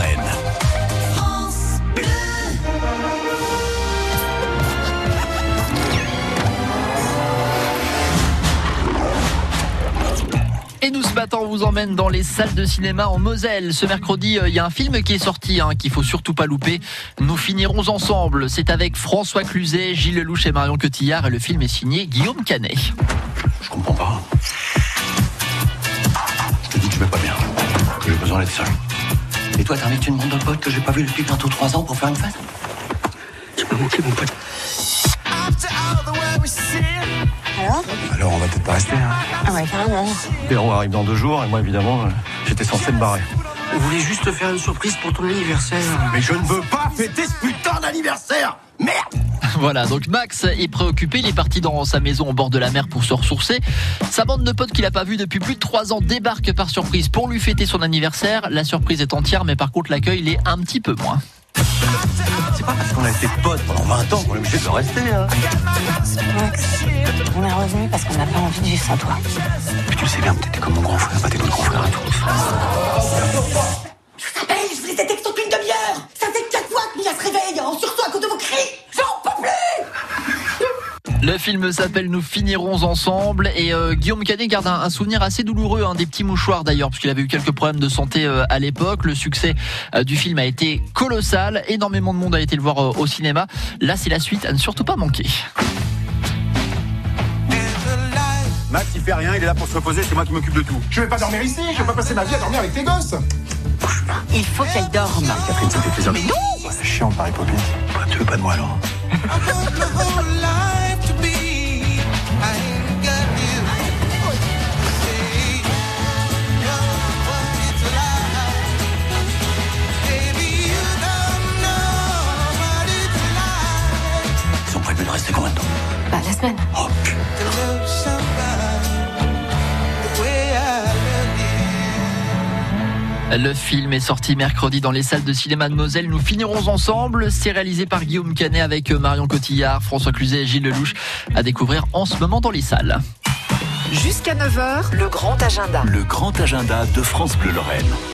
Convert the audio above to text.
Bleu-Lorraine. Et nous ce matin, on vous emmène dans les salles de cinéma en Moselle. Ce mercredi, euh, il y a un film qui est sorti, hein, qu'il faut surtout pas louper. Nous finirons ensemble. C'est avec François Cluzet, Gilles Lelouch et Marion Cotillard. Et le film est signé Guillaume Canet. Je comprends pas. Je te dis que je vais pas bien. Que j'ai besoin d'être seul. Et toi, t'invites une bande de potes que j'ai pas vu depuis bientôt trois ans pour faire une fête Tu m'as manqué, mon pote. Alors, on va peut-être pas rester. Hein. Ah ouais, carrément. Péro arrive dans deux jours, et moi, évidemment, euh, j'étais censé me barrer. On voulait juste te faire une surprise pour ton anniversaire. Mais je ne veux pas fêter ce putain d'anniversaire Merde Voilà, donc Max est préoccupé. Il est parti dans sa maison au bord de la mer pour se ressourcer. Sa bande de potes qu'il n'a pas vu depuis plus de trois ans débarque par surprise pour lui fêter son anniversaire. La surprise est entière, mais par contre, l'accueil l'est un petit peu moins. C'est pas parce qu'on a été potes pendant 20 ans qu'on est obligé de le rester, hein. Max, on est revenu parce qu'on n'a pas envie de vivre sans toi. Mais tu le sais bien, t'étais comme mon grand frère, pas tes autres grands frères à tous. Je vous appelle, je vous ai texté depuis une demi-heure Ça fait quatre fois que Mia se réveille en sursaut à cause de vos cris J'en peux plus Le film s'appelle Nous finirons ensemble et euh, Guillaume Canet garde un, un souvenir assez douloureux hein, des petits mouchoirs d'ailleurs parce qu'il avait eu quelques problèmes de santé euh, à l'époque. Le succès euh, du film a été colossal, énormément de monde a été le voir euh, au cinéma. Là, c'est la suite à ne surtout pas manquer. Max, il fait rien, il est là pour se reposer, c'est moi qui m'occupe de tout. Je vais pas dormir ici, je vais pas passer ma vie à dormir avec tes gosses. Il faut qu'elle dorme. Catherine, ça fait plaisir. Mais non C'est chiant, Paris Poppins. Ouais, tu veux pas de moi, alors hein Ils ont prévu de rester combien de temps Bah, la semaine. Oh, putain. Le film est sorti mercredi dans les salles de cinéma de Moselle. Nous finirons ensemble. C'est réalisé par Guillaume Canet avec euh, Marion Cotillard, François Cluzet et Gilles Lelouch à découvrir en ce moment dans les salles. Jusqu'à 9h, le grand agenda. Le grand agenda de France Bleu-Lorraine.